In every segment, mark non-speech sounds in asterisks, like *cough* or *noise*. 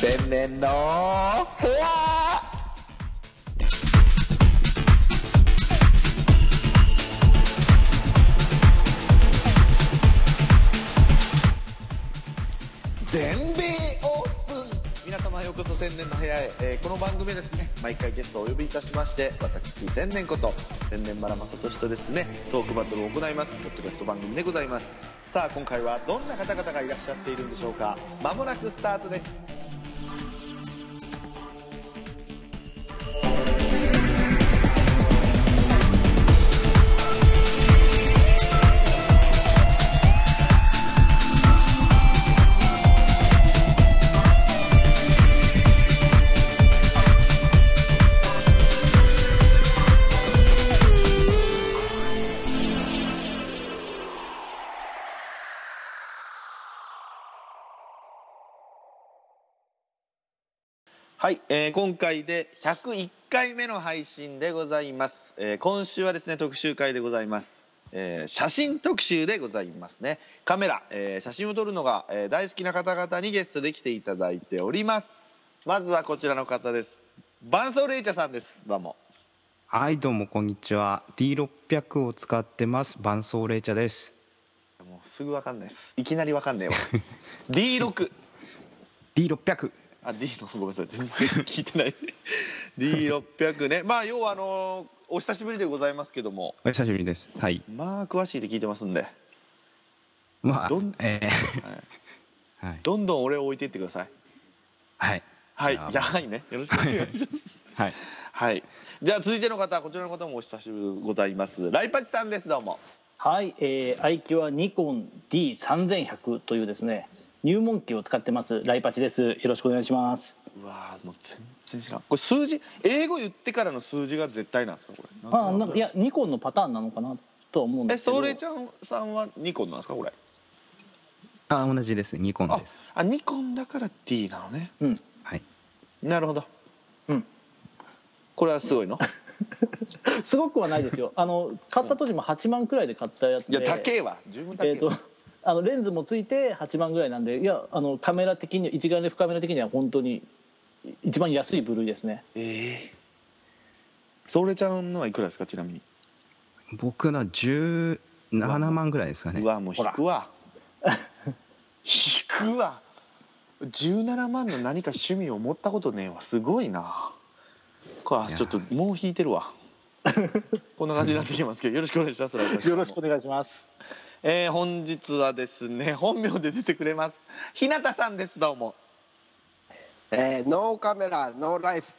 天然の部屋全米オープン皆様ようこそ千年の部屋へ、えーこの番組はですね毎回ゲストをお呼びいたしまして私千年こと千年村正俊とですねトークバトルを行いますポッドキャスト番組でございますさあ今回はどんな方々がいらっしゃっているんでしょうかまもなくスタートですはい、えー今回で101回目の配信でございます、えー今週はですね特集会でございます、えー写真特集でございますねカメラ、えー写真を撮るのが、えー大好きな方々にゲストで来ていただいておりますまずはこちらの方です伴奏レイチャさんですどうもはいどうもこんにちは D600 を使ってます伴奏レイチャですもうすぐわかんないですいきなりわかん *laughs* ねえわ D6 D600 あ D のごめんなさい全然聞いて *laughs* ない D600 ねまあ要はあのーお久しぶりでございますけどもお久しぶりですはいまあ詳しいって聞いてますんでまあどんえはいーはいどんどん俺を置いていってください。はいはい、じゃあじゃあはいね。よろしくお願いし *laughs* ます。はいはい。じゃあ続いての方、こちらの方もお久しぶりでございます。ライパチさんです。どうも。はい、えー、愛機はニコン D3100 というですね入門機を使ってますライパチですよろしくお願いしますうわーもう全然知らん。これ数字、英語言ってからの数字が絶対なんですかこれ。あなんかいやニコンのパターンなのかなとは思うんえ、ですけソどウレイちゃんさんはニコンなんですかこれ。あ同じですニコンあです、あニコンだから D なのね。うんはいなるほど。うんこれはすごい *laughs* の。すごくはないですよあの買った時も8万くらいで買ったやついでや、高えわ。十分高ええっ、とわ。あのレンズもついて8万ぐらいなんでいやあのカメラ的に一眼レフカメラ的には本当に一番安い部類ですねええソウレイちゃんのはいくらですかちなみに。僕のは17万ぐらいですかねうわもう引くわ引くわ17万の何か趣味を持ったことねえわすごいなこいれやちょっともう引いてる *laughs* わこんな感じになってきますけどよろしくお願いしますよろしくおね願いしますえー本日はですね本名で出てくれます日向さんですどうもえーノーカメラノーライフ好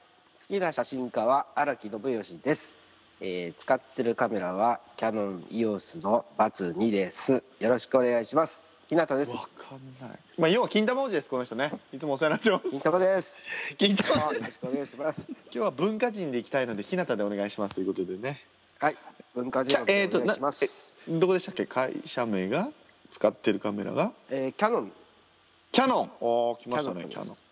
きな写真家は荒木信義です、えー使ってるカメラはキャノン EOS の BAT2 ですよろしくお願いします日向ですわかんないまあ要は金玉王子ですこの人ねいつもお世話になってま金玉ですす金どう玉王も子よろしくお願いし *laughs* ます今日は文化人で行きたいので日向でお願いしますということでねはい文化人えでーとお願いします、どこでしたっけ会社名が使ってるカメラがえーキャノンキャノンおー来キまャしノたンねキでャノす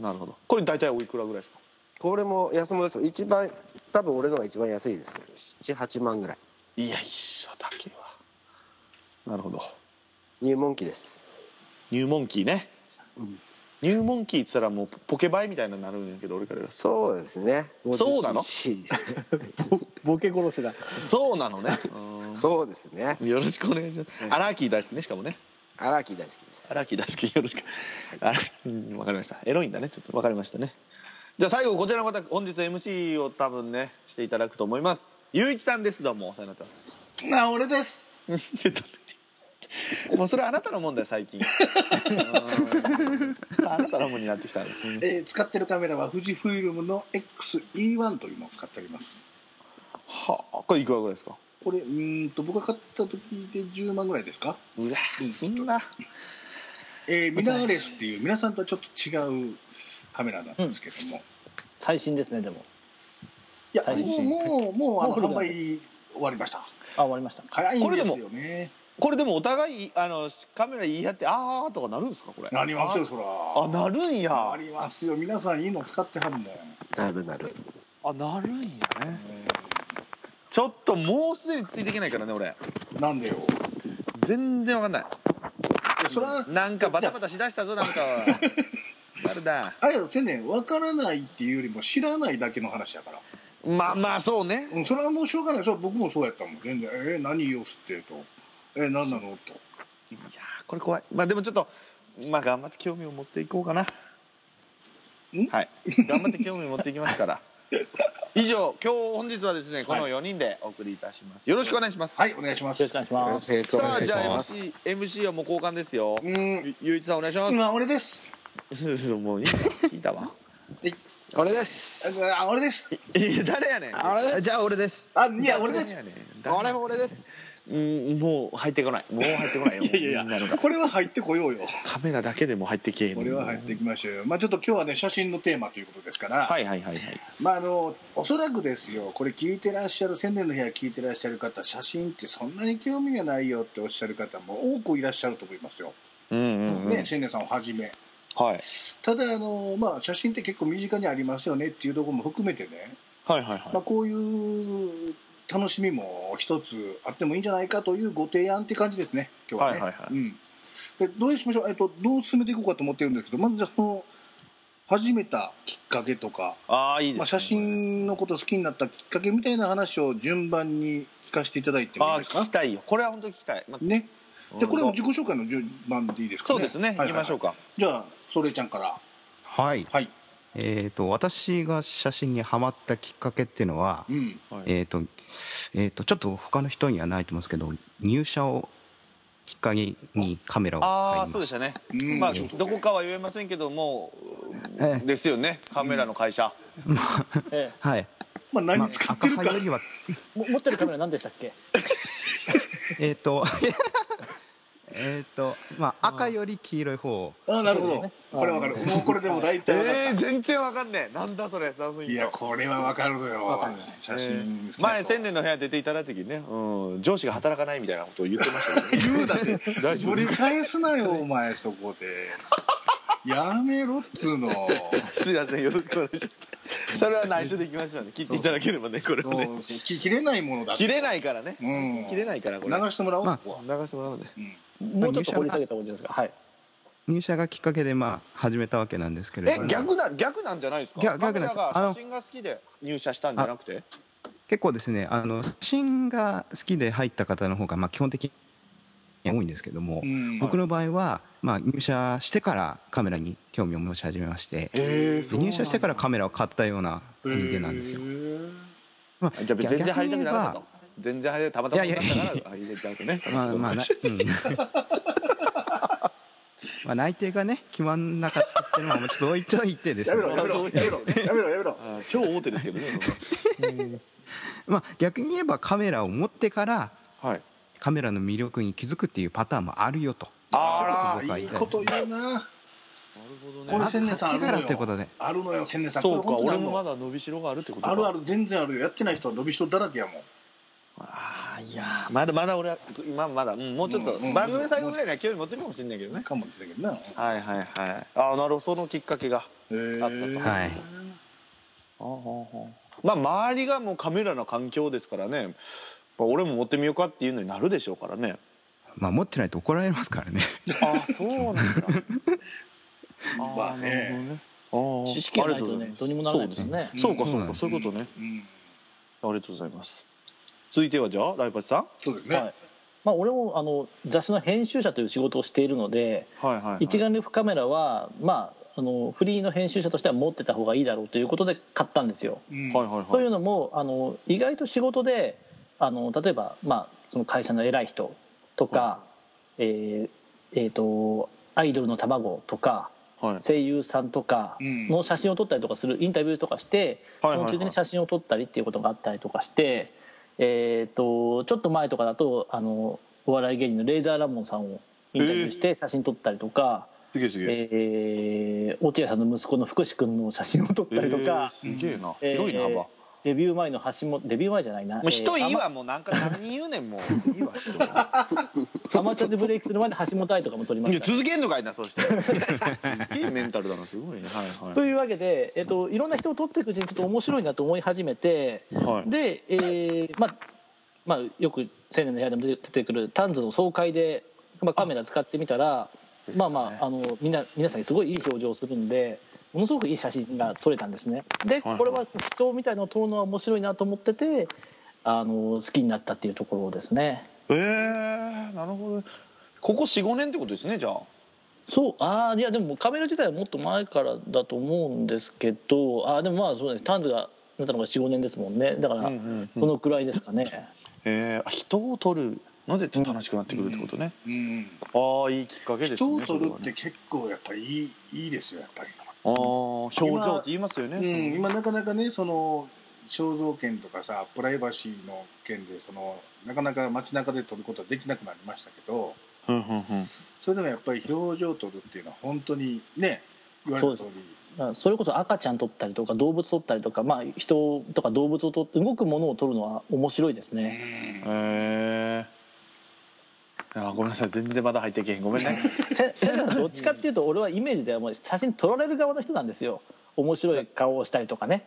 ンなるほどこれ大体おいくらぐらいですかこれも安物ですよ一番多分俺のが一番安いですよ78万ぐらいいや一緒だけはなるほど入門機です入門キーね、うん入門キーって言ったらもうポケバイみたいになるんやけど俺から言うそうですねそうなの 50cc ボケ殺しだとそうなの *laughs* ねそうですねよろしくお願いしますアラーキー大好きねしかもね荒木大好きですアラーキー大好きよろしくあらうんわかりましたエロいんだねちょっとわかりましたねじゃあ最後こちらの方本日 MC を多分ねしていただくと思いますゆういちさんですどうもお世話になってますな俺です *laughs* 出たねもうそれあなたのもんだよ *laughs* 最近うんあなたのもんになってきたうんえー使ってるカメラは富士フイルムの XE1 というのを使っておりますはあこれいくらぐらいですかこれうーんと僕が買った時で10万ぐらいですか、うわそんなえーミラーレスっていう皆さんとはちょっと違うカメラなんですけども、最新ですねでもいや最新もうもうもうあものう古く販ない売終わりましたあ終わりました早いこんれででもすよねこれでもお互いあのカメラ言い合ってああとかなるんですかこれなりますよそらあなるんやなりますよ皆さんいいの使ってはるもん、なるなるあなるんやねちょっともうすでについていけないからね俺うんなんでよ全然わかんないいやそらなんかバタバタしだしたぞなんか誰だあれよせんねん分からないっていうよりも知らないだけの話やから、まあまあそうねうん、それはもうしょうがないそれは僕もそうやったもん全然「えー、何よ」すってと「えー、何なの?」といやーこれ怖いまあでもちょっとまあ頑張って興味を持っていこうかなうんはい頑張って興味を持っていきますから以上今日本日はですねこのはい4人でお送りいたしますよろしくお願いします、はいお願いしますろしくお願いします成功さあじゃお願あいします MC, MC はもう交換ですよ、うんゆゆういちさんお願いしま *laughs* 今俺ですすもういい聞いたわ俺ですあ俺ですいや誰やねんあれですじゃあ俺ですあいや俺です誰やねん俺も俺ですうんもう入ってこないもう入ってこないよ *laughs* いやいやみいんなのやがこれは入ってこようよカメラだけでも入ってけえへんこれは入ってきましたよまあちょっと今日はね写真のテーマということですから、はいはいはいはいまああのおそらくですよこれ聞いてらっしゃる千年の部屋聞いてらっしゃる方写真ってそんなに興味がないよっておっしゃる方も多くいらっしゃると思いますよ、うんうんうん、ね千年さんをはじめはい、ただあの、まあ、写真って結構身近にありますよねっていうところも含めてね、はいはいはいまあ、こういう楽しみも一つあってもいいんじゃないかというご提案って感じですね今日はね、はいはいはいうん、でどうしましょう、えっと、どう進めていこうかと思ってるんですけどまずじゃあその始めたきっかけとかああいいです、ねまあ、写真のこと好きになったきっかけみたいな話を順番に聞かせていただいてもいあいあです聞かきたいよこれは本当に聞きたい、まあねじゃあこれも自己己紹介の順番でいいですかねそうですね、は行きいはいはいましょうかじゃあそれちゃんからはいはいえー、と私が写真にハマったきっかけっていうのは、うんえーとえー、とちょっと他の人にはないと思うんですけど入社をきっかけにカメラをああ買いそうまでししたたね、うんまあちょっとねどこかは言えませんけども、ええですよねカメラの会社、えはい、まあま何あ使っ赤てる羽か、よりはえも持ってるカメラ何でしたっけえっ、と *laughs* えっとまあ赤より黄色い方をああなるほど、そうですねこれわかるうもんうこれでも大体わかった、えー、全然わかんねえなんだそれサムインいやこれはわかるのよわかる写真好きな人前千年の部屋出ていただいた時にね、うん、上司が働かないみたいなことを言ってましたけど、ね、言うだって *laughs* 大丈夫ぶり返すなよお前そこで *laughs* やめろっつうのすいませんよろしくお願いしますそれは内緒でいきましたので切っていただければねこれそはねうそうき切れないものだって切れないからね、うん切れないからこ流れしてもらおう、まあここは流してもらうねうんもうちょっと掘り下げた方がいいですかはい入社がきっかけでまあ始めたわけなんですけれどえも逆な逆なんじゃないですか逆逆なんですカメラあがの写真が好きで入社したんじゃなくて結構ですねあの写真が好きで入った方の方がまあ基本的に多いんですけども、うん僕の場合は、まあ、入社してからカメラに興味を持ち始めまして、えで入社してからカメラを買ったような人間なんですよへ。ーまじゃあ別に全然入りたくなかった逆とに全然入れたまたまいだやっいやたから入れちゃうとね言えば *laughs* まあまあな、うん *laughs* まあ内定がね決まんなかったっていうのはもうちょっと置いといてでやすめねろ、やめろ、やめろ、やめろ、やめろ。あー超大手ですけど *laughs* ねまあ逆に言えばカメラを持ってからはいカメラの魅力に気づくっていうパターンもあるよと。あらいいこと言うな。らなるほどこれ千年さんあ買ってるのからよということで。あるのよ、千年さん。そうかこれ本当にあ俺るのもまだ伸びしろがあるってことかあるある、全然あるよ。やってない人は伸びしろだらけやもん。あーいやーまだまだ俺は今まだ、うん、もうちょっとうんうん番組最後ぐらいには興味持ってるかもしれないけどねかもしれんけどな。はいはいはいああなるほどそのきっかけがえーはいまあ周りがもうカメラの環境ですからねまあ俺も持ってみようかっていうのになるでしょうからねまあ持ってないと怒られますからね。あそう *laughs* なんだまあね。あー知識がないとありねがどとううごにもざないらまないですすよそうねかうんそうかそういうことね。うんありがとうございます続いてはじゃあライパチさんそうですはねい。まあ、俺もあの雑誌の編集者という仕事をしているのではいはい一眼レフカメラは、まあ、あのフリーの編集者としては持ってた方がいいだろうということで買ったんですよ。うんはいはいとはいいうのもあの意外と仕事であの例えば、まあ、その会社の偉い人とか、えーえーとアイドルの卵とか、はい声優さんとかうんの写真を撮ったりとかするインタビューとかして、はいはいはいそのついでに写真を撮ったりっていうことがあったりとかして、えー、とちょっと前とかだとあのお笑い芸人のレイザーラモンさんをインタビューして写真撮ったりとか、すげえすげええー落合さんの息子の福士君の写真を撮ったりとか。えーすげえなえー広いな幅デビュー前の橋本デビュー前じゃないなもう人いいえーわもうなんか何人言うねんもういいわ人アマアマチュアでブレイクするまで橋本愛とかも撮りまいやしたね、続けんのかいなそうしてす *laughs* っげえメンタルだなすごいねはいはいというわけで、えっと、いろんな人を撮っていくうちにちょっと面白いなと思い始めてはいで、えーまあまあ、よく「青年の部屋」でも出て出てくるタンズの総会で、まあ、カメラ使ってみたらまあまああのみんな皆さんにすごいいい表情をするんでものすごくいい写真が撮れたんですねではいこれは人みたいのを撮るのは面白いなと思っててあの好きになったっていうところですねえー、なるほどここ45年ってことですねじゃあそうああいやでももうカメラ自体はもっと前からだと思うんですけどああでもまあそうですタンズがなったのが45年ですもんねだから、うんうんうんそのくらいですかねえー、人を取るのでちょっと楽しくなってくるってことね、うん、ああいいきっかけですね人を取るっそれて結構やっぱいいいいですよやっぱり、はねああ表情って言いますよね、うん、今なかなかねその肖像権とかさプライバシーの権でそのなかなか街中で撮ることはできなくなりましたけどうんうんうんそれでもやっぱり表情を撮るっていうのは本当にね言われた通りまあそれこそ赤ちゃん撮ったりとか動物撮ったりとか、まあ、人とか動物を撮って動くものを撮るのは面白いですうねんえー、あーごめんなさい全然まだ入ってけへんごめん *laughs* ねせせやからどっちかっていうと俺はイメージではもう写真撮られる側の人なんですよ面白い顔をしたりとかね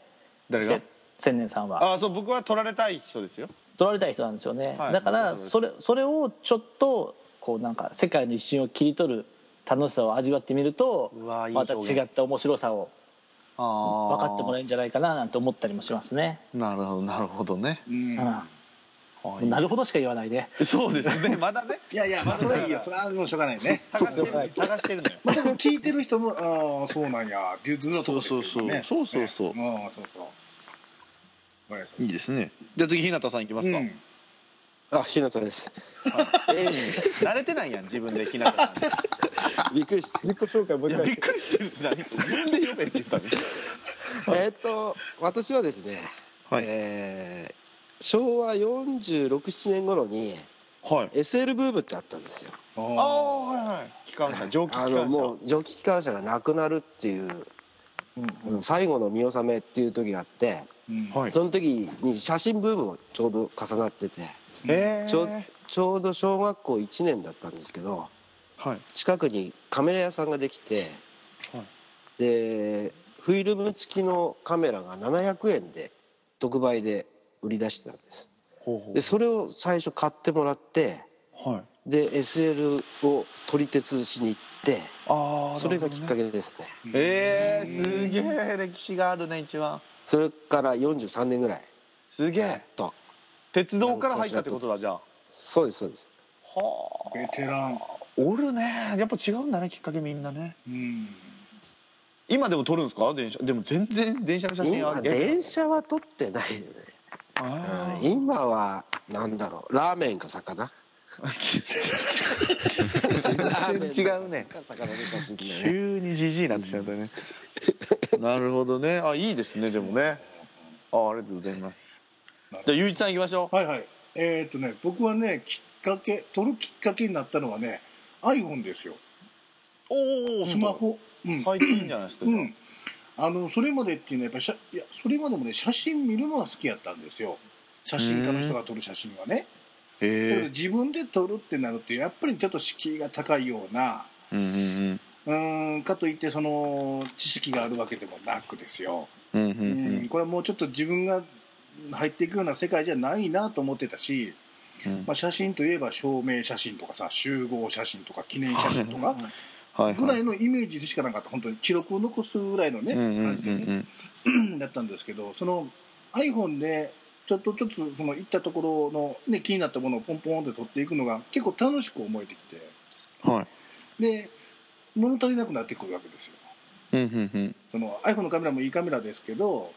誰し *laughs* がて千年さんはああそう僕は取られたい人ですよ撮られたい人なんですよね、はいだかなるらほどそれそれをちょっとこうなんか世界の一瞬を切り取る楽しさを味わってみるとうわーいいま表た現違った面白さをあ分かってもらええるんじゃないかななんて思ったりもしますね、なるほどなるほどねうんうんあーいいなるほどしか言わないで *laughs* そうですねまだねいやいやまあそれはい *laughs* いよそれはもうしょうがないね探してるのよ探してるのよまあ、でも聞いてる人も *laughs* ああそうなんやっていうずっとですよねそうそうそうそうそうそうねうんそうそうわかりましたいいですねじゃあ次日向さんいきますか、うんあひな *laughs* たです、えー慣れてないやん自分で日向さんにびっくりした自己紹介 *laughs* もいやびっくりしてる何自分で呼べって言ったねえーっと私はですね、はいえー昭和467年頃にはい。 SL ブームってあったんですよああはいはい。機関車蒸気機あ関の車。もう蒸気機関車がなくなるっていう、最後の見納めっていう時があってうんはい。その時に写真ブームもちょうど重なっててええちょちょうど小学校1年だったんですけどはい。近くにカメラ屋さんができて、はいでフィルム付きのカメラが700円で特売で売り出してたんですほうほでそれを最初買ってもらってう。はい。で SL を取り鉄しに行ってああ。それがきっかけ。けですねええすげえ歴史があるね一番。それから43年ぐらいすげえ。と鉄道から入ったってことだじゃあ。そうですそうですはあ。ベテランおるね。やっぱ違うんだねきっかけみんなね。うん今でも撮るんですか電車？でも全然電車の写真今電車は取ってないよね、あうん今はなんだろうラーメンか魚全然違うねラーメンか魚の写真だーね急にじじいになってきちゃったね。なるほどね。あいいですねでもね。あありがとうございます。じゃあゆういちさん行きましょう。はいはいえーっとね僕はねきっかけ撮るきっかけになったのはね iPhone ですよおおスマホうん最近じゃないですか、うんあのそれまでっていうのはやっぱしゃいやそれまでもね写真見るのが好きやったんですよ写真家の人が撮る写真はねだけどえ自分で撮るってなるとやっぱりちょっと敷居が高いようなえうんうんうーんかといってその知識があるわけでもなくですよ、うんうんううんんこれはもうちょっと自分が入っていくような世界じゃないなと思ってたし、うんまあ、写真といえば証明写真とかさ集合写真とか記念写真とかはいぐらはいいのイメージでしかなかった本当に記録を残すぐらいのねうんうんうんう感じでねん *clears throat* だったんですけどその iPhone でちょっとちょっとその行ったところの、ね、気になったものをポンポンって取っていくのが結構楽しく思えてきてはいで物足りなくなってくるわけですようんうんうんその iPhone のカメラもいいカメラですけど、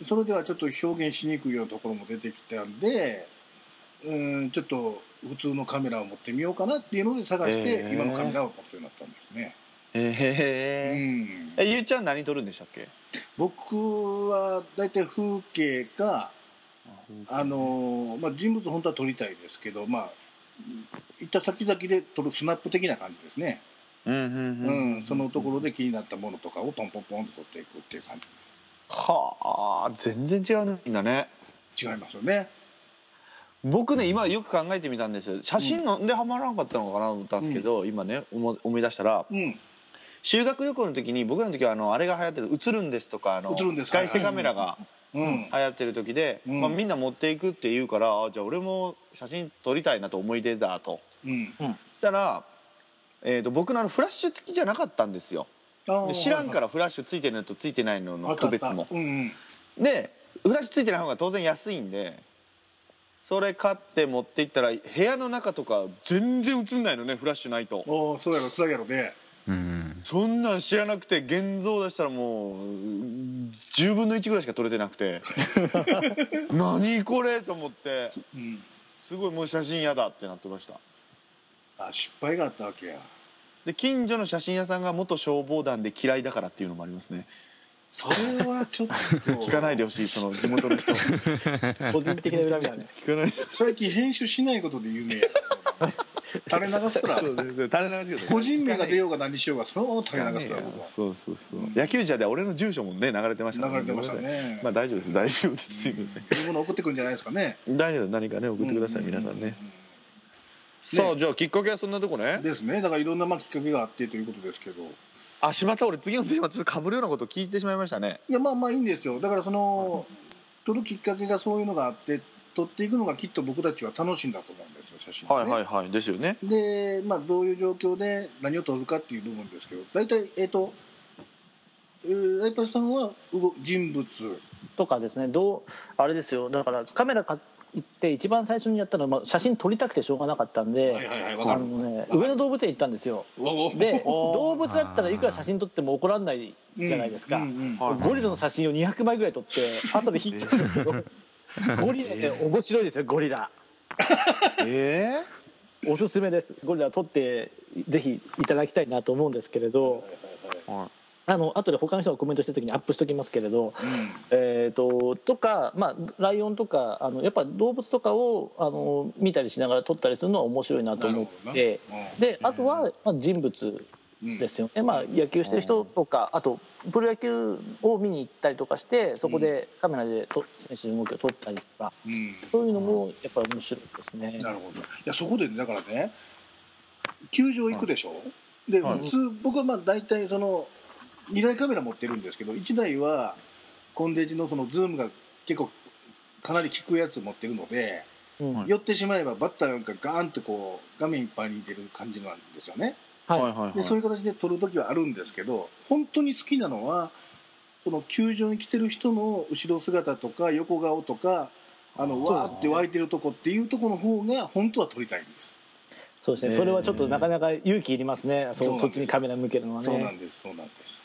うそれではちょっと表現しにくいようなところも出てきたんでうんちょっと普通のカメラを持ってみようかなっていうので探して、へー今のカメラを持つようになったんですね、ええうんえゆうちゃん何撮るんでしたっけ僕は大体風景かあのーまあ、人物本当は撮りたいですけど、まあ、行った先々で撮るスナップ的な感じですね、うんうんうんそのところで気になったものとかをポンポンポンと撮っていくっていう感じはあ全然違うんだね違いますよね僕ね今よく考えてみたんですよ写真なんでハマらんかったのかなと思ったんですけど、今ね思思い出したらうん修学旅行の時に僕らの時はあのあれが流行ってる「映るんです」とかあの映るんです使い捨てカメラがう流ん行ってる時で、うんまあ、みんな持っていくって言うからあじゃあ俺も写真撮りたいなと思い出だとうんしたら、えー、と僕のあのフラッシュ付きじゃなかったんですよあーで知らんかららフラッシュ付いてるのと付いてないのあのった区あっ別たもうんうんでフラッシュ付いてない方が当然安いんでそれ買って持っていったら部屋の中とか全然映んないのねフラッシュないとおーそうやろそうやろでうんそんなん知らなくて現像出したらもう10分の1ぐらいしか撮れてなく *laughs* て何これと思ってうんすごいもう写真嫌だってなってましたあ失敗があったわけやで近所の写真屋さんが元消防団で嫌いだからっていうのもありますねそれはちょっと *laughs* 聞かないでほしいその地元の人聞個人的な恨みはねかない最近編集しないことで有名やから垂れ流すからそうです垂れ流し個人名が出ようが何しようがそのまま垂れ流すから僕はそうそうそう、野球時代では俺の住所もね流れてました流れてましたねまあ大丈夫です大丈夫ですすいませいいもの送ってくるんじゃないですかねん大丈夫です何かね送ってください、皆さんねさあじゃあきっかけはそんなとこねですねだからいろんなまあきっかけがあってということですけどあしまった俺次のテーマちょっとかぶるようなこと聞いてしまいましたねいやまあまあいいんですよだからその撮るきっかけがそういうのがあって撮っていくのがきっと僕たちは楽しいんだと思うんですよ写真、ね、はいはいはいですよねで、まあ、どういう状況で何を撮るかっていう部分ですけど大体えっ、と、えーライパスさんは動人物とかですねどうあれですよだからカメラ買って一番最初にやったのは、まあ、写真撮りたくてしょうがなかったんで、はいはいわあのね、上野動物園行ったんですよわわでおー動物だったらいくら写真撮っても怒らないじゃないですか、うんうんうんはいゴリラの写真を200枚ぐらい撮って後で引っ張るんですけ *laughs* どゴリラって面白いですよゴリラえおすすめですゴリラ撮ってぜひいただきたいなと思うんですけれどえはあの後で他の人がコメントした時にアップしときますけれど、うんえー、ととか、まあ、ライオンとかあのやっぱ動物とかをあの見たりしながら撮ったりするのは面白いなとなる思ほどっなてうであとは、まあ、人物んですよね、まあ、野球してる人とかあとプロ野球を見に行ったりとかしてそこでカメラでと選手の動きを撮ったりとかうんそういうのもやっぱり面白いですね。なるほどいやそこでねだからね球場行くでしょ、ではい普通僕はまあ大体その2台カメラ持ってるんですけど1台はコンデジのそのズームが結構かなり効くやつ持ってるので、うんはい寄ってしまえばバッターがガーンとこう画面いっぱいに出る感じなんですよねいはいはいはいでそういう形で撮る時はあるんですけど本当に好きなのはその球場に来てる人の後ろ姿とか横顔とかあのそうでわすねーって湧いてるとこっていうとこの方が本当は撮りたいんです、そうですね、それはちょっとなかなか勇気いりますね、そうなそんですそっちにカメラ向けるのはね。そうなんですそうなんです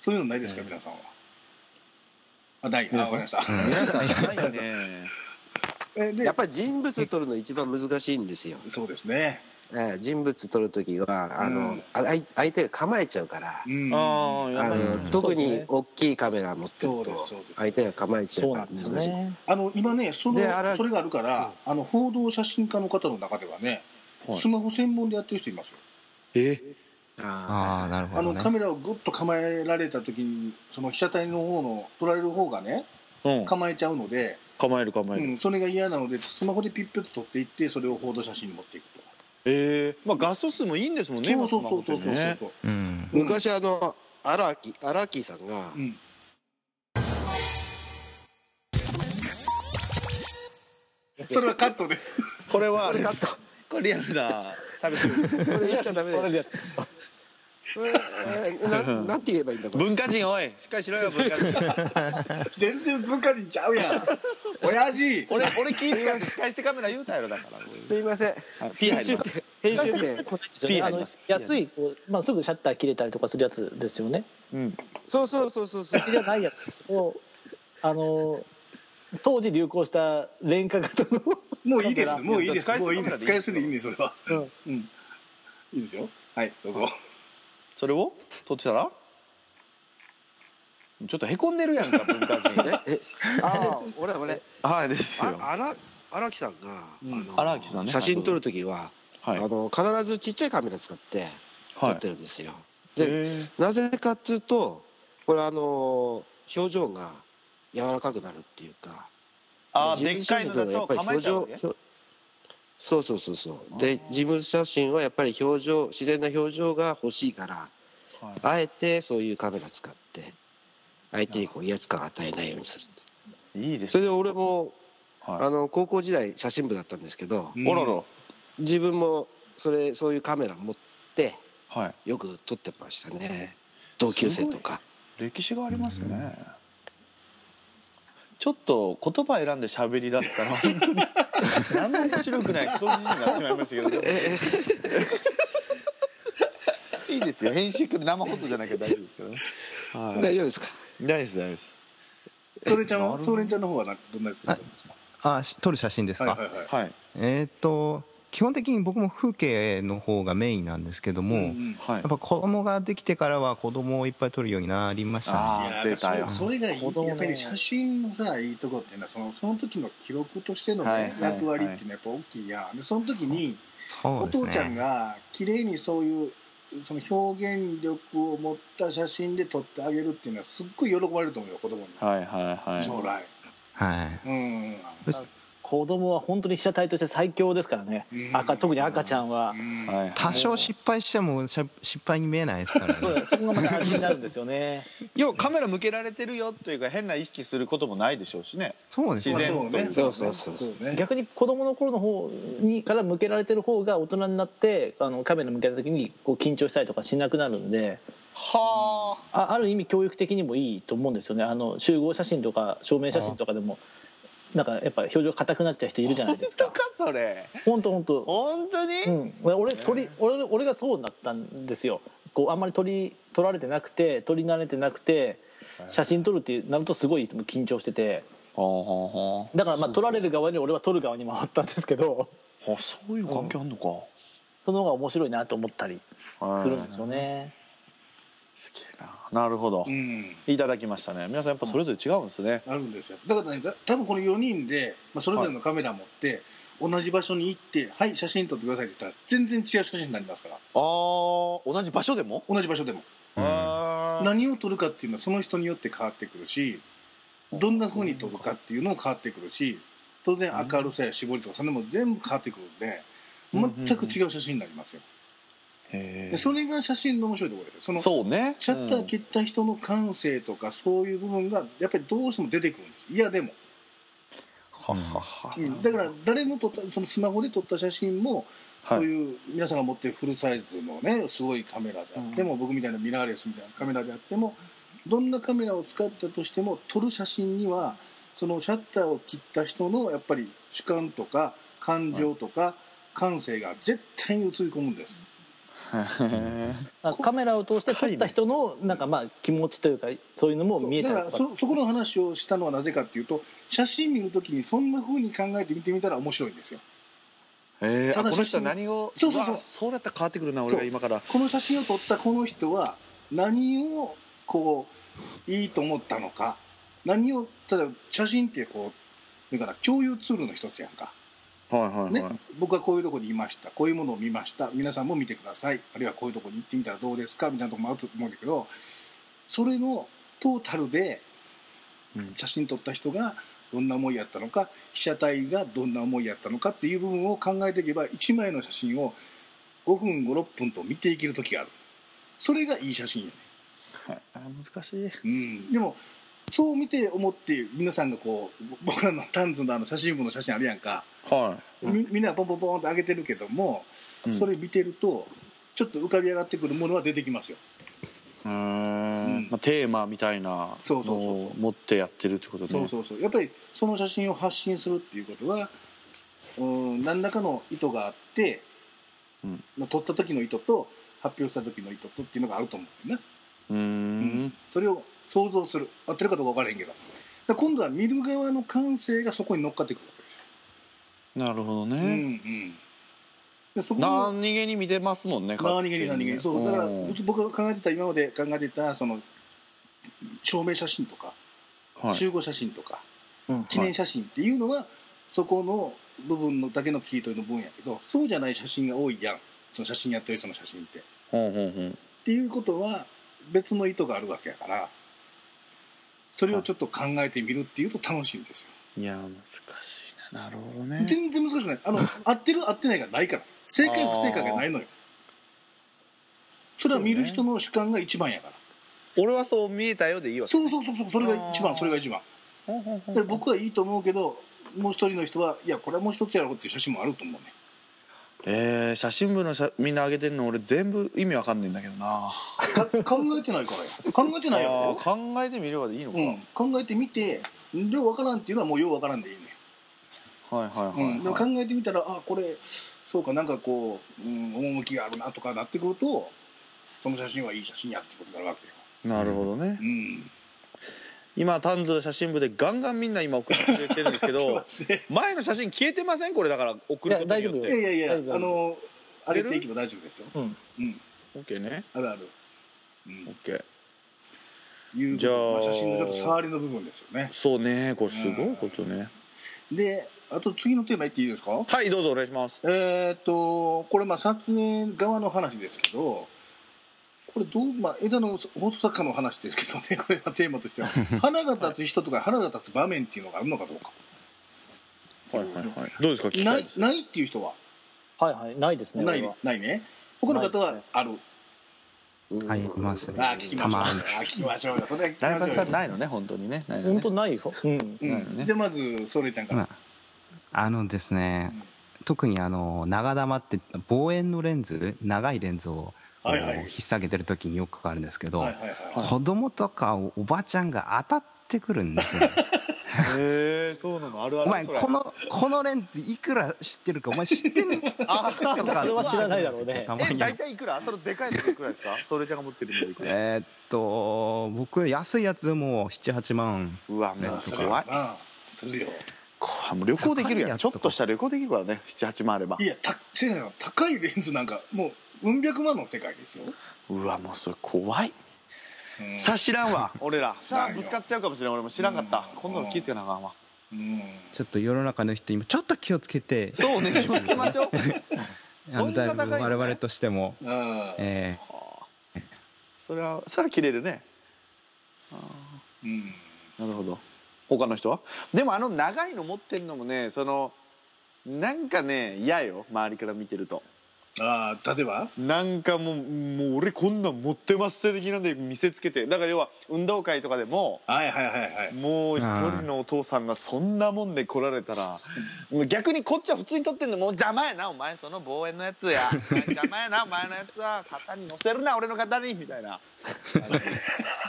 そういうのないですか、皆さんはあないあわかりました、皆さんないよね *laughs* えでやっぱり人物撮るの一番難しいんですよ、そうですねええ人物撮るときはあうのん、あ相相手が構えちゃうから、うんああやあばいのね特に大きいカメラ持ってそるうとですそうです相手が構えちゃそううかならんですよ難しいね。あの今ねそのであらそれがあるから、あの報道写真家の方の中ではね、はいスマホ専門でやってる人いますよ、えあああなるあほどのねカメラをグッと構えられた時にその被写体の方の撮られる方がねうん構えちゃうので、構える構えうるん、それが嫌なのでスマホでピッピュッと撮っていってそれを報道写真に持っていくと、ええまあ画素数もいいんですもんねそうそうそうそ今うそスマホうってそねうそう、うんうん昔あの荒木荒木さんが、うん、それはカットです *laughs* これはこれカッこれリアルな差別トこれ言っちゃダメだよそれ、えーななんて言えばいい *laughs* んだこれ文化人おいしっかりしろよ文化人全然文化人ちゃうやん親父俺俺聞いてから使い捨てカメラ言うたやろだからすいませんピー入ります編集点ピー入りますあの安いこう、まあ、すぐシャッター切れたりとかするやつですよね。うんそうそうそうそうそうじゃないやつをあの当時流行した廉価型のもういいですカメラもういいですいやもういいです使使いい捨捨ててででいいいいんんでそれはうんうんいいですよはいどうぞそれを撮ってたらちょっとへこんでるやんか文化人ええ *laughs* ああ俺俺はいですあよ荒荒木さんが、うんあの荒木さんね写真撮るときは、はいあの必ずちっちゃいカメラ使って撮はっいてるんですよ、でえなぜかっつうとこれあのー表情が柔らかくなるっていうかあーで自分っかいのだと構えちゃうわけ表情表そうそうそうそうで自分写真はやっぱり表情自然な表情が欲しいからはいあえてそういうカメラ使って相手にこう威圧感を与えないようにするっていいですそねれで俺もはいあの高校時代写真部だったんですけどうんおろろ自分もそれそういうカメラ持ってはいよく撮ってましたね同級生とか歴史がありますねちょっと言葉選んで喋りだったら本当に何も面白くないクソじじいになってしまいましたけどいいですよ編集で生放送じゃなきゃ大丈夫ですけどねはい大丈夫ですか大丈夫です大丈夫ですそれちゃんなるほはどそれちゃんの方はなどんなやつだったんですかあし撮る写真ですか、はいはいはいはいえーっと基本的に僕も風景の方がメインなんですけども、んやんはいっぱ子供ができてからは子供をいっぱい撮るようになりましたねあい出やたよそそれがいい子供やっぱりね写真のさいいとこっていうのはそのその時の記録としての、ねはいはいはい役割っていうのはやっぱ大きいやんでその時に、そうおですね父ちゃんが綺麗にそういうその表現力を持った写真で撮ってあげるっていうのはすっごい喜ばれると思うよ子供に、はいはいはい将来はいうん、子供は本当に被写体として最強ですからね、うん赤特に赤ちゃんは、うんはいはい多少失敗してもしゃ失敗に見えないですからそうね *laughs* だそこがまた味になるんですよね要はカメラ向けられてるよというか変な意識することもないでしょうしねそうですまあねそうねそうそうそうそうね逆に子供の頃の方にから向けられてる方が大人になってあのカメラ向けた時にこう緊張したりとかしなくなるんではあある意味教育的にもいいと思うんですよねあの集合写真とか証明写真とかでもなんかやっぱ表情硬くなっちゃう人いるじゃないで *laughs* すとかかそれ本当本当本当うにん、俺鳥俺俺がそうだったんですよこうあんまり鳥撮られてなくて撮り慣れてなくて写真撮るってなるとすごいいつも緊張しててほうほうほだからまあ撮られる側に俺は撮る側に回ったんですけど *laughs* うあそういう関係あんのかその方が面白いなと思ったりするんですよねすげえななるほどうんいただきましたね皆さんやっぱそれぞれ違うんですねあるんですよだからねだ多分この4人で、まあ、それぞれのカメラ持って、同じ場所に行って「はい写真撮ってください」って言ったら全然違う写真になりますからあ同じ場所でも同じ場所でもうんあー何を撮るかっていうのはその人によって変わってくるしどんな風に撮るかっていうのも変わってくるし当然明るさや絞りとかそれも全部変わってくるんでうん全く違う写真になりますよへーでそれが写真の面白いところですよそのシそうねャッター切った人の感性とかそういう部分がやっぱりどうしても出てくるんですいやでも、はははうんだから誰の撮ったそのスマホで撮った写真もそう *laughs* はいいう皆さんが持ってるフルサイズのねすごいカメラであっても、僕みたいなミラーレスみたいなカメラであってもどんなカメラを使ったとしても撮る写真にはそのシャッターを切った人のやっぱり主観とか感情とか感性が絶対に映り込むんです、へあカメラを通して撮った人のなんかまあ気持ちというかそういうのも見えだたかりとらかそそこの話をしたのはなぜかっていうと写真見るときにそんな風に考えて見てみたら面白いんですよえただこの人写真何をそうそうそうわそうだったら変わってくるな俺が今からこの写真を撮ったこの人は何をこういいと思ったのか何をただ写真ってこうだから共有ツールの一つやんか、はいはね僕はこういうとこにいましたこういうものを見ました皆さんも見てくださいあるいはこういうとこに行ってみたらどうですかみたいなとこもあると思うんだけどそれのトータルでうん写真撮った人がどんな思いやったのか被写体がどんな思いやったのかっていう部分を考えていけば1枚の写真を5分56分と見ていける時があるそれがいい写真よね、あ難しいうん、でもそう見て思って皆さんがこう僕らのタンズのあの写真部の写真あるやんかはみみんなポンポンポンって上げてるけども、いそれ見てるとちょっと浮かび上がってくるものは出てきますようーんうんまあ、テーマみたいなそうのそうそうそうを持ってやってるってことねそうそうそうやっぱりその写真を発信するっていうことはうん何らかの意図があって、うんまあ撮った時の意図と発表した時の意図とっていうのがあると思うんだよねうーんそれを想像する合ってるかどうか分からへんけどだから今度は見る側の感性がそこに乗っかってくるわけですよなるほどうんうね、んでそこの何気に見てますもんね何気に何気にそうだからん僕が考えてた今まで考えてたその証明写真とかはい集合写真とか、うん記念写真っていうのは、そこの部分のだけの切り取りの分やけどそうじゃない写真が多いやんその写真やってる人の写真って。っほんほんほんていうことは別の意図があるわけやからそれをちょっと考えてみるっていうと楽しいんですよいや難しいななるほどね全然難しくない *laughs* あの合ってる合ってないがないから正解不正解がないのよそれは見る人の主観が一番やから俺はそう見えたよでいいわけそうそうそうそうそれが一あ番ーそれが一番ほんほんほんで僕はいいと思うけどもう一人の人はいやこれはもう一つやろうっていう写真もあると思うねえー、写真部の写みんな上げてるの俺全部意味わかんないんだけどなか考えてないからや考えてないやあろ、ー考えてみればでいいのか、うん、考えてみてよう分からんっていうのはもうよう分からんでいいねはいはいはい、うん、でもは考いえてみたらあこれそうかなんかこう、うん、趣があるなとかなってくるとその写真はいい写真やってことになるわけよ、なるほどねうん、今タンズの写真部でガンガンみんな今送ってくれてるんですけど前の写真消えてませんこれだから送ることによっい *laughs* いやていやいや大丈夫あの上げていけば大丈夫ですよ、うん、うん、 OK ねあるある、うん、 OK いうことじゃあまあ、写真のちょっと触りの部分ですよねそうねこれすごいことねであと次のテーマいっていいですかはいどうぞお願いしますえーっとこれまあ撮影側の話ですけどこれどう、まあ、枝野放送作家の話ですけどねこれはテーマとしては花が立つ人とか花が立つ場面っていうのがあるのかどうかはいはいはいどうですか聞きたないいですないっていう人ははいはいないですねない俺はないね他のな方いはですある、ありますねあ聞きましょたうまあに聞きましょうよそれは聞き成ましょ勝うさよんないのね本当にねないの本ね当ないよ、うん、うんないよねじゃあまずソレイちゃんから、まあ、あのですね、特にあの長玉って望遠のレンズ長いレンズを、はいはあいの引っ提げてる時によくかかるんですけど、はいはいはい子供とかおばちゃんが当たってくるんですよへえそうなのあるあおる前それこのこのレンズいくら知ってるかお前知ってんのあー *laughs* とかそれは知らないだろうねたまえに大体いくらそのでかいのいくらですかそれちゃんが持ってるのいくらですかえーっと僕安いやつでもう78万うわめっまあちそゃれ怖はいなするよこれもう旅行できるや高いやんつちょっとしたら旅行できるからね78万あればいやたせやな高いレンズなんかもううん百万の世界ですよ、うわもうそれ怖いうんさあ知らんわ俺らさなあいよぶつかっちゃうかもしれん俺も知らんかったうん今度の気ぃつけなあかんわうんちょっと世の中の人今ちょっと気をつけてそうね気をつけましょ *laughs* うあのだいそんなぶ高いのね我々としても、ああえーそれはそれは切れるねあうんーなるほど他の人はでもあの長いの持ってるのもねそのなんかね嫌よ周りから見てるとああ例えばなんかもうもう俺こんなん持ってますって的なんで見せつけてだから要は運動会とかでもはいはいはいはい *laughs* もう一人のお父さんがそんなもんで来られたらもう逆にこっちは普通に撮ってんのもう邪魔やなお前その望遠のやつやお前邪魔やなお前のやつは肩に乗せるな俺の肩にみたいな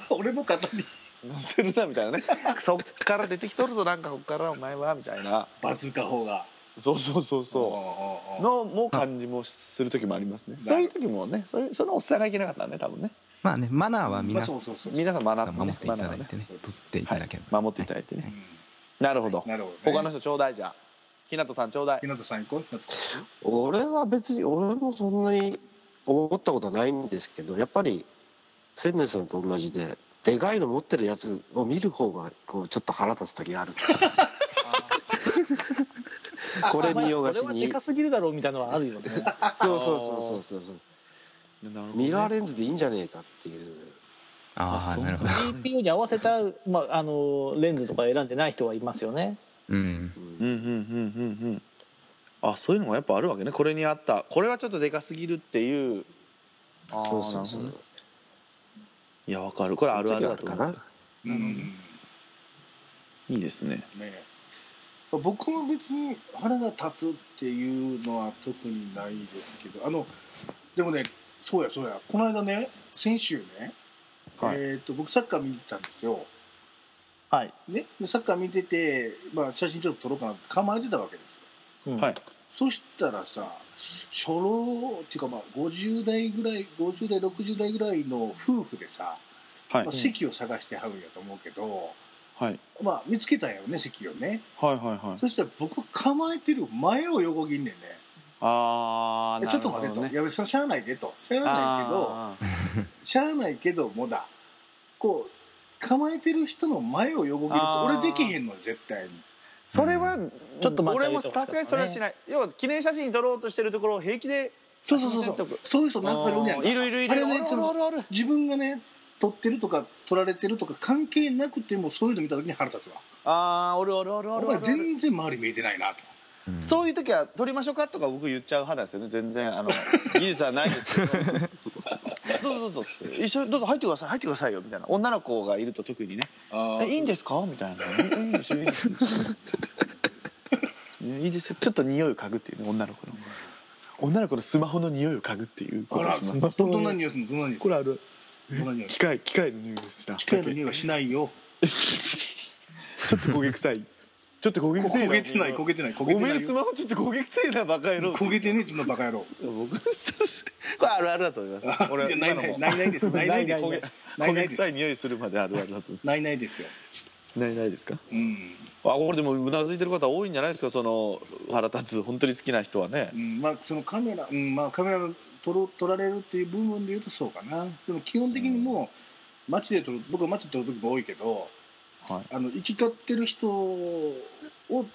俺の肩に乗せるなみたいなねそっから出てきとるぞなんかこっからお前はみたいなバズーカ砲がそうそうそうそおううおうおのうもう感じもする時もありますねうんそういう時もねそれそのおっさんがいけなかったね多分ねまあねマナーはまあ皆さそうそうそう皆さん学んっ守っていただいてねマナーはね取っていただければ、はい、守っていただいてね、なるほどうんなるほどね他の人ちょうだいじゃあ日向さんちょうだい日向さん行こう日向さん俺は別に俺もそんなに思ったことはないんですけどやっぱり千年さんと同じででかいの持ってるやつを見る方がこうちょっと腹立つ時 *laughs* あるこれ見よがしこれはでにかすぎるだろうみたいなのはあるよねそうそうそうそうそうそうミラーレンズでいいんじゃねえかっていうああなるほど GPU に合わせた、まあ、あのレンズとか選んでない人はいますよねうんうんうんうんうんうんあそういうのがやっぱあるわけねこれにあったこれはちょっとでかすぎるっていうあーそうそうそなるうほどいやわかるこれあるあるだとそういう時はあるか思うなうんうんいいですねねえ僕も別に腹が立つっていうのは特にないですけどあのでもねそうやそうやこの間ね先週ね、はいえーっと僕サッカー見に行ったんですよ、はい、ね、でサッカー見てて、まあ、写真ちょっと撮ろうかなって構えてたわけですようんはいそしたらさ初老っていうかまあ50代ぐらい50代60代ぐらいの夫婦でさ、はいまあ、席を探してはるんやと思うけど、はいまあ見つけたんやろね席をねはいはいはいそしたら僕構えてる前を横切んねんねああえちょっと待てと、やべそれしゃあないでとしゃあないけどしゃあないけどもだこう構えてる人の前を横切るとあー俺できへんのよ絶対にそれは、ちょっと待って俺もさすがにそれはしない要は記念写真撮ろうとしてるところを平気でそうそうそうそうそういう人なんかいるんやんかいるいるいるあれあねるあそるのあるある自分がね撮ってるとか撮られてるとか関係なくてもそういうの見た時に腹立つわああおるおるおるおおるお前る全然周り見えてないなとうんそういう時は撮りましょうかとか僕言っちゃう派なんですよね全然 *laughs* あの技術はないですけどどうぞどうぞっつって一緒にどうぞ入ってください入ってくださいよみたいな女の子がいると特にねあえいいんですかみたいなえいいですよいいです *laughs* よいやいいですよちょっと匂いを嗅ぐっていうね女の子の女の子のスマホの匂いを嗅ぐっていうこあとをらしますどどんなニュースのどんなニュースこれあるどんなニュース機械機械の匂いですな機械の匂いはしないよちょっと焦げ臭いちょっと焦げ臭い焦げてない焦げてない焦げおてめなえいのスよマホちょっと焦げ臭いなバカ野郎焦げてねえっつうのバカ野郎僕 *laughs* これあるあるだと思いますいやないないないな *laughs* いですないないです焦げない焦なげいです臭い匂いするまであるあるだと思ないないですようないないですかうん、あこれでもうなずいてる方多いんじゃないですかその腹立つ本当に好きな人はねうん、まあそのカメラ、うん、まあカメラの撮ろ撮られるっていう部分で言うとそうかなでも基本的にもう街で撮る僕は街で撮る時も多いけど、はいあの行き交ってる人を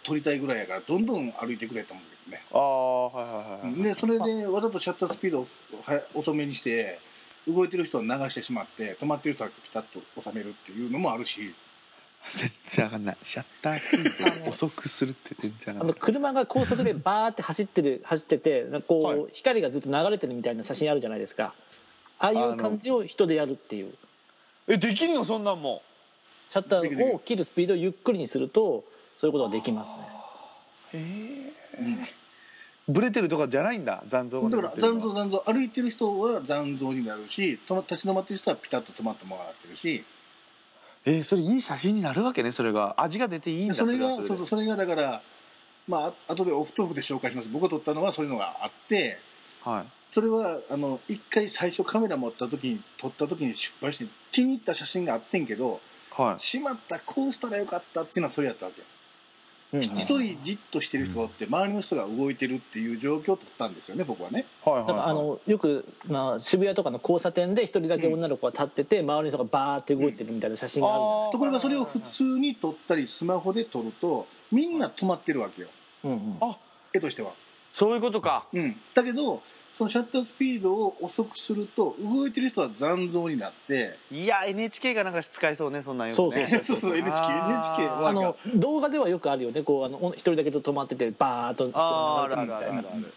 撮りたいぐらいやからどんどん歩いてくれと思うけどねああはいはいはい、でそれでわざとシャッタースピードをは遅めにして動いてる人は流してしまって止まってる人はピタッと収めるっていうのもあるし全然上がんないシャッタースピードを遅くするって全然上があんなのい車が高速でバーって走ってる走っててなんかこう、はい光がずっと流れてるみたいな写真あるじゃないですかああいう感じを人でやるっていうえできんのそんなんもシャッターを切るスピードをゆっくりにするとそういうことができますねうええブレてるとかじゃないんだ残像がだか残らってる残のは像残像歩いてる人は残像になるし止ま立ち止まってる人はピタッと止まってもらってるしえーそれいい写真になるわけねそれが味が出ていいんだそれがはそうでそうそれがだからまあ後でオフトークで紹介します僕が撮ったのはそういうのがあってはいそれはあの一回最初カメラ持った時に撮った時に失敗して気に入った写真があってんけどはいしまったこうしたらよかったっていうのはそれやったわけうんうん一人じっとしてる人がおって周りの人が動いてるっていう状況を撮ったんですよね僕はねはいはいだからあのよくな渋谷とかの交差点で一人だけ女の子が立ってて、周りの人がバーって動いてるみたいな写真があるじゃないところがそれを普通に撮ったりスマホで撮るとみんな止まってるわけようんうんあ絵としてはそういうことかうん、だけどそのシャッタースピードを遅くすると動いてる人は残像になっていや NHK がなんか使えそうねそんなんよくそうねそう *laughs* そうそう NHK, NHK あーはあの動画ではよくあるよねこうあのお一人だけ止まっててバーっと人あがー流れあてるるあみるあたいなるある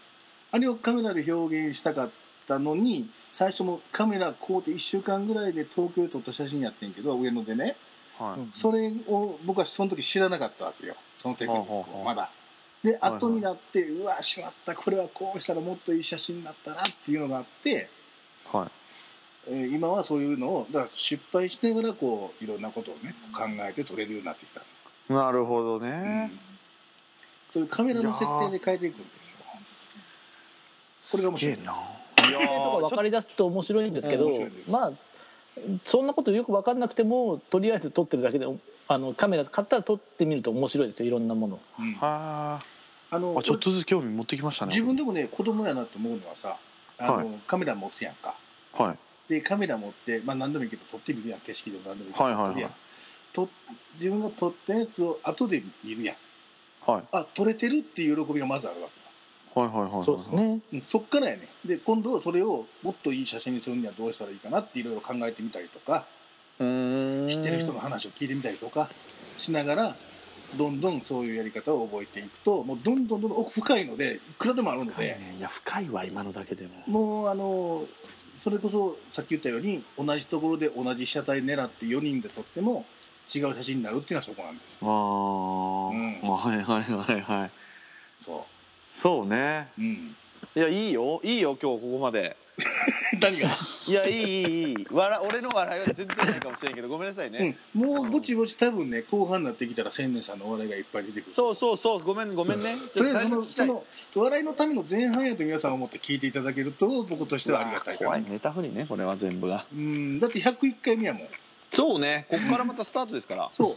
あれをカメラで表現したかったのに最初もカメラこうて1週間ぐらいで東京で撮った写真やってんけど上野でねはいそれを僕はその時知らなかったわけよそのテクニックほうほうほをうまだ。ではい後になって、うわしまったこれはこうしたらもっといい写真だったなっていうのがあって、はいえー今はそういうのをだから失敗しながらこういろんなことをね考えて撮れるようになってきたなるほどうねんそういうカメラの設定で変えていくんですよすげえないとかこれが面白い分かりだすと面白いんですけど面白いですまあそんなことよく分かんなくてもとりあえず撮ってるだけであのカメラ買ったら撮ってみると面白いですよいろんなものうんああのーあちょっとずつ興味持ってきましたね自分でもね子供やなと思うのはさあの、はカメラ持つやんかはいでカメラ持って、まあ、何でもいいけど撮ってみるやん景色でも何でもいいけはいどはいは撮いるやん、と自分が撮ったやつを後で見るやんはいあ撮れてるっていう喜びがまずあるわけだはいはいはいはいそうですねうんそっからやねで今度はそれをもっといい写真にするにはどうしたらいいかなっていろいろ考えてみたりとかうーん知ってる人の話を聞いてみたりとかしながらどんどんそういうやり方を覚えていくともうどんどんどんどん奥深いのでいくらでもあるの深いでねいや深いわ今のだけでももうあのそれこそさっき言ったように同じところで同じ被写体狙って4人で撮っても違う写真になるっていうのはそこなんですあうんあ、はいはいはいはいそそうねううんいやいいよいいよ今日ここまで何が、いやいいいいいい笑俺の笑いは全然ないかもしれんけどごめんなさいね、うん、もうぼちぼち多分ね後半になってきたら千年さんのお笑いがいっぱい出てくるそうそうそうごめんごめんねとりあえずそのちょそっとのお笑いのための前半やと皆さん思って聞いていただけると僕としてはありがたいか怖ないネタフリねこれは全部がうんだって101回目やもんそうねここからまたスタートですからそう、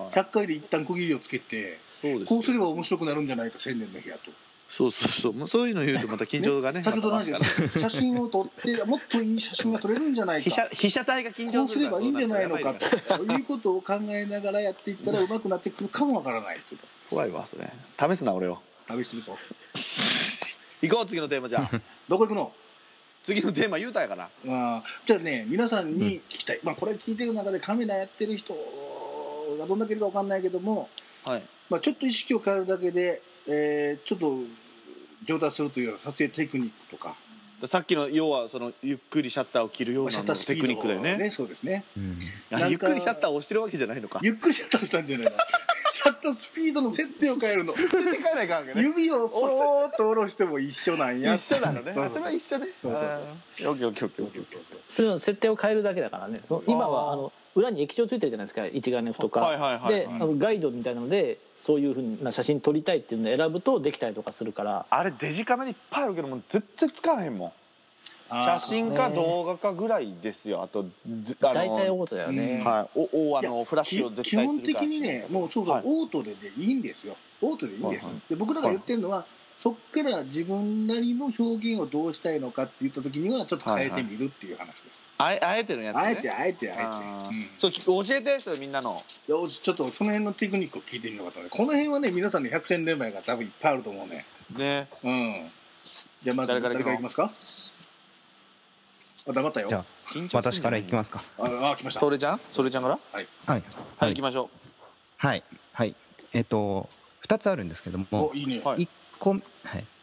はい100回で一旦区切りをつけてそうでこうすれば面白くなるんじゃないか千年の日やと、そうそうそうもうそういうの言うとまた緊張が *laughs* ね先ほどの話でまたますす写真を撮 *laughs* ってもっといい写真が撮れるんじゃない被か写被写体が緊こ張うすすれるからばいいんじゃないのかやばねということを考えながらやっていったら上手くなってくるかもわからないということ怖いわそれ試すな俺をです試してるぞ行こう次のテーマじゃあどこ行くの次のテーマ言うたんやかなあーじゃあね皆さんに聞きたい、まあこれ聞いてる中でカメラやってる人がどんだけいるか分かんないけども、はいまあ、ちょっと意識を変えるだけで、えーちょっと上達するというような撮影テクニックとかさっきの要はそのゆっくりシャッターを切るようシなャッタのースピテークドニックだよねそうですねうんあなんかゆっくりシャッターを押してるわけじゃないのかゆっくりシャッターしたんじ *laughs* ゃないのシャッタースピードの設定を変えるのって帰らないかんわけね指をそーっと下ろしても一緒なんや一緒なのねそうあそうそれは一緒ねそうそうそうそうオッケーオッケーオッケーそオうッケーそうそうそうそれの設定を変えるだけだからねその今あーはあの裏に液晶ついてるじゃないですか一眼レフとか、はいはいはいであのガイドみたいなのでそういうふうな写真撮りたいっていうのを選ぶとできたりとかするからあれデジカメにいっぱいあるけどもう全然使わへんもんあ写ー真か動画かぐらいですよあとずあの大体オートだよね、はいおおあのフラッシュを絶基対す本る的からにねもうそうそう、はいオートででいいんですよオートでいいんです、はいはで僕らが言ってるのは、そっから自分なりの表現をどうしたいのかって言った時にはちょっと変えてみるっていう話です、あえあえてのやつねあえてあえてああえて、うんそう教えてそれみんなのいやちょっとその辺のテクニックを聞いてみようかとねこの辺はね皆さんね百戦錬磨やから多分いっぱいあると思うねねうんじゃあまず誰か誰からら行くのいきますかあ黙ったよじゃあ私からいきますかああ来ましたそれじゃんそれちゃんからははいはいい、行きましょはいはいえっ、と2つあるんですけどもおいいね、はい1個,、はい、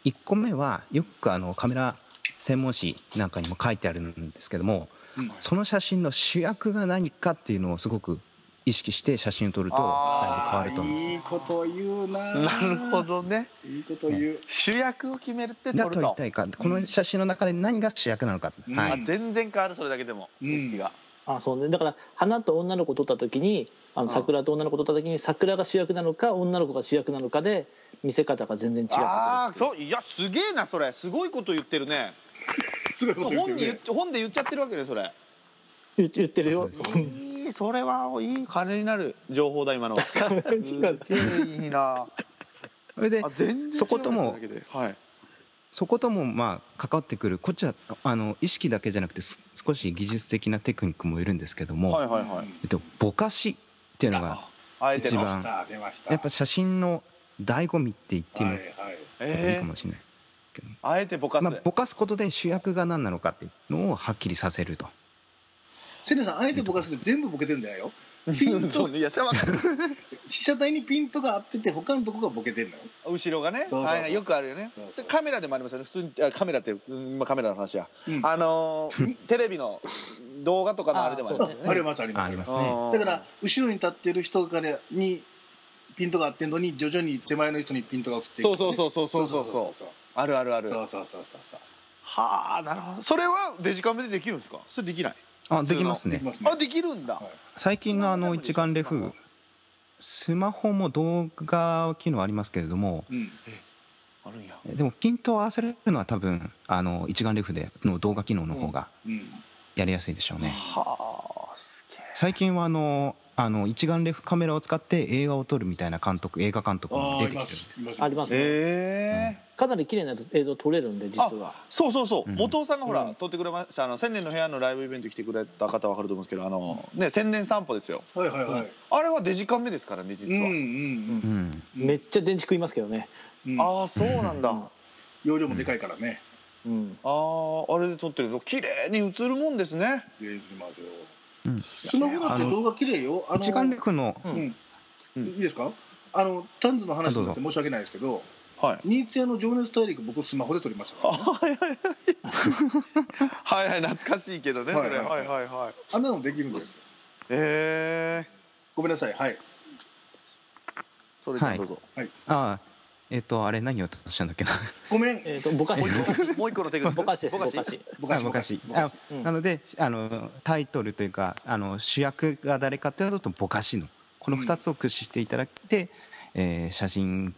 一個目はよくあのカメラ専門誌なんかにも書いてあるんですけどもうんその写真の主役が何かっていうのをすごく意識して写真を撮るとだいぶ変わあると思いますーいいこと言うなうなるほどねいいこと言う、主役を決めるって *laughs* が撮る撮りとたいかこの写真の中で何が主役なのか、うんはあい、全然変わるそれだけでもうん意識が、あそうねだから花と女の子を撮った時にあうんの桜と女の子を撮った時に桜が主役なのか女の子が主役なのかで見せ方が全然違ってくるああそういやすげえなそれすごいこと言ってるねすごいこと言って本るに言っね。本で言っちゃってるわけねそれ言言ってるよそういいそれはいい金になる情報だ今 *laughs* のす違うげえいいなそれであ全然違うそこともだけではいそこともまあ関わってくるこっちはあの意識だけじゃなくてす少し技術的なテクニックもいるんですけども、はいはいはいえっと、ぼかしっていうのがああえ出て一のま番した出ました。やっぱ写真の醍醐味って言ってはもいはいい。いえかーもしれない、あえてぼかす、まあ、 *laughs* ぼかすことで主役が何なのかっていうのをはっきりさせるとセネさんあえてぼかすで全部ぼけてるんじゃないよ。ピンそトうねいやそれは分かる被写体にピントが合ってて他のとこがぼけてるのよ。後ろがねそうそうそうそうはいよくあるよねそうそうそれカメラでもありますよね普通にあカメラって、うんまあ、カメラの話や、うんあの *laughs* ーテレビの動画とかのあれでもありますよねありますありあます。ありますすねうんだから後ろに立ってる人からにピントが合ってんのに徐々に手前の人にピントが移っていく、そうそうそうそうそうそうそうそうあるあるあるそうそうそうそうそうはあなるほどそれはデジカメでできるんですかそれできないあできますでねきますねあ。できるんだ、はい最近のあの一眼レフスマホも動画機能ありますけれどもうん。あるんやでもピントを合わせるのは多分あの一眼レフでの動画機能の方がうん。やりやすいでしょうね、はあすげえ最近はあのあの一眼レフカメラを使って映画を撮るみたいな監督映画監督あもあ出いてきまてるすいます。ありますええかなり綺麗な映像撮れるんで実はそうそうそう、うん元尾さんがほら、うん撮ってくれましたあの千年の部屋のライブイベント来てくれた方は分かると思うんですけどあの、ね、千年散歩ですよはいはいはい。あれはデジカメですからねう実んうは、んうんうん。めっちゃ電池食いますけどねうんああそうなんだ、うんあ容量もでかいからね。うんああれで撮ってると綺麗に映るもんですねレーズまでをうんスマホだって動画綺麗よ。あの一眼レフのううんんいいですかあのタンズの話になって申し訳ないですけどはい新津屋の情熱大陸僕スマホで撮りましたから、ね、はいはいはいはいはい懐かしいけどねそはいれはいはいはいはいあんなのできるんですよええごめんなさいはいそれじゃあはいどうぞ、ああえっ、とあれ何を撮ったんだっけなごめんえっとぼ *laughs* かしもう一個の手口ぼかしですぼぼかかし *laughs* しぼか *laughs* しあぼかしぼかしうんなのであのタイトルというかあの主役が誰かっていうのとぼかしのこの2つを駆使していただいて、えー写真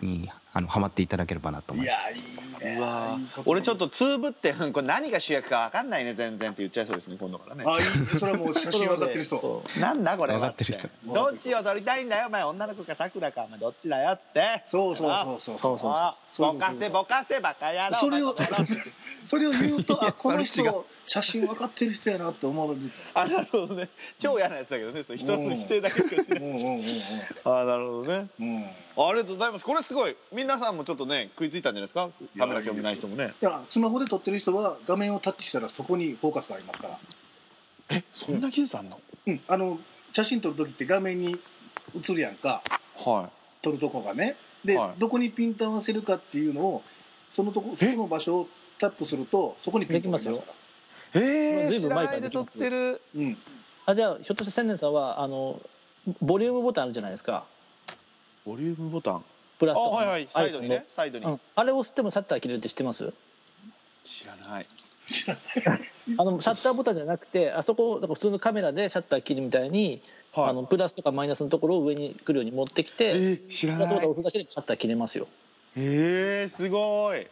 にあのハマっていただければなと思いいますやいいねうわーいいこと俺ちょっとつぶってうんこれ何が主役か分かんないね全然って言っちゃいそうですね今度からねあいいそれはもう写真分かってる人そうなんだこれは分かってる人つどっちを撮りたいんだよお前女の子か桜かお前どっちだよっつってそうそうそそうそううそうあそうぼかせぼかせバカ野郎 *laughs* *laughs* それをそれを言うとあこのそれ違う人写真分かってる人やなって思われるあなるほどね超嫌なやつだけどねそれ人の否定だけ聞いてと思う。うんうんうんあーなるほどねうん。うん。いありがとうございますこれすごい皆さんもちょっとね食いついたんじゃないですかカメラ興味ない人もねや、スマホで撮ってる人は画面をタッチしたらそこにフォーカスがありますから。えそんな技術あんの、うん。あの、写真撮るときって画面に映るやんか。はい撮るとこがね。で、はいどこにピントを合わせるかっていうのを、そのとこ、そこの場所をタップすると、そこにピントが合いますから。えまあー、随知分ら前なからいででき撮っますてるうん。あじゃあひょっとして千年さんはあのボリュームボタンあるじゃないですかボリュームボタンプあラスとかはいはいサイドにねサイドに、うん、あれを押してもシャッター切れるって知ってます知らない知らない。あのシャッターボタンじゃなくてあそこだから普通のカメラでシャッター切るみたいに、はいあのプラスとかマイナスのところを上に来るように持ってきて、えー、知らプなラスボタンをい押すだけでシャッター切れますよえー、すごい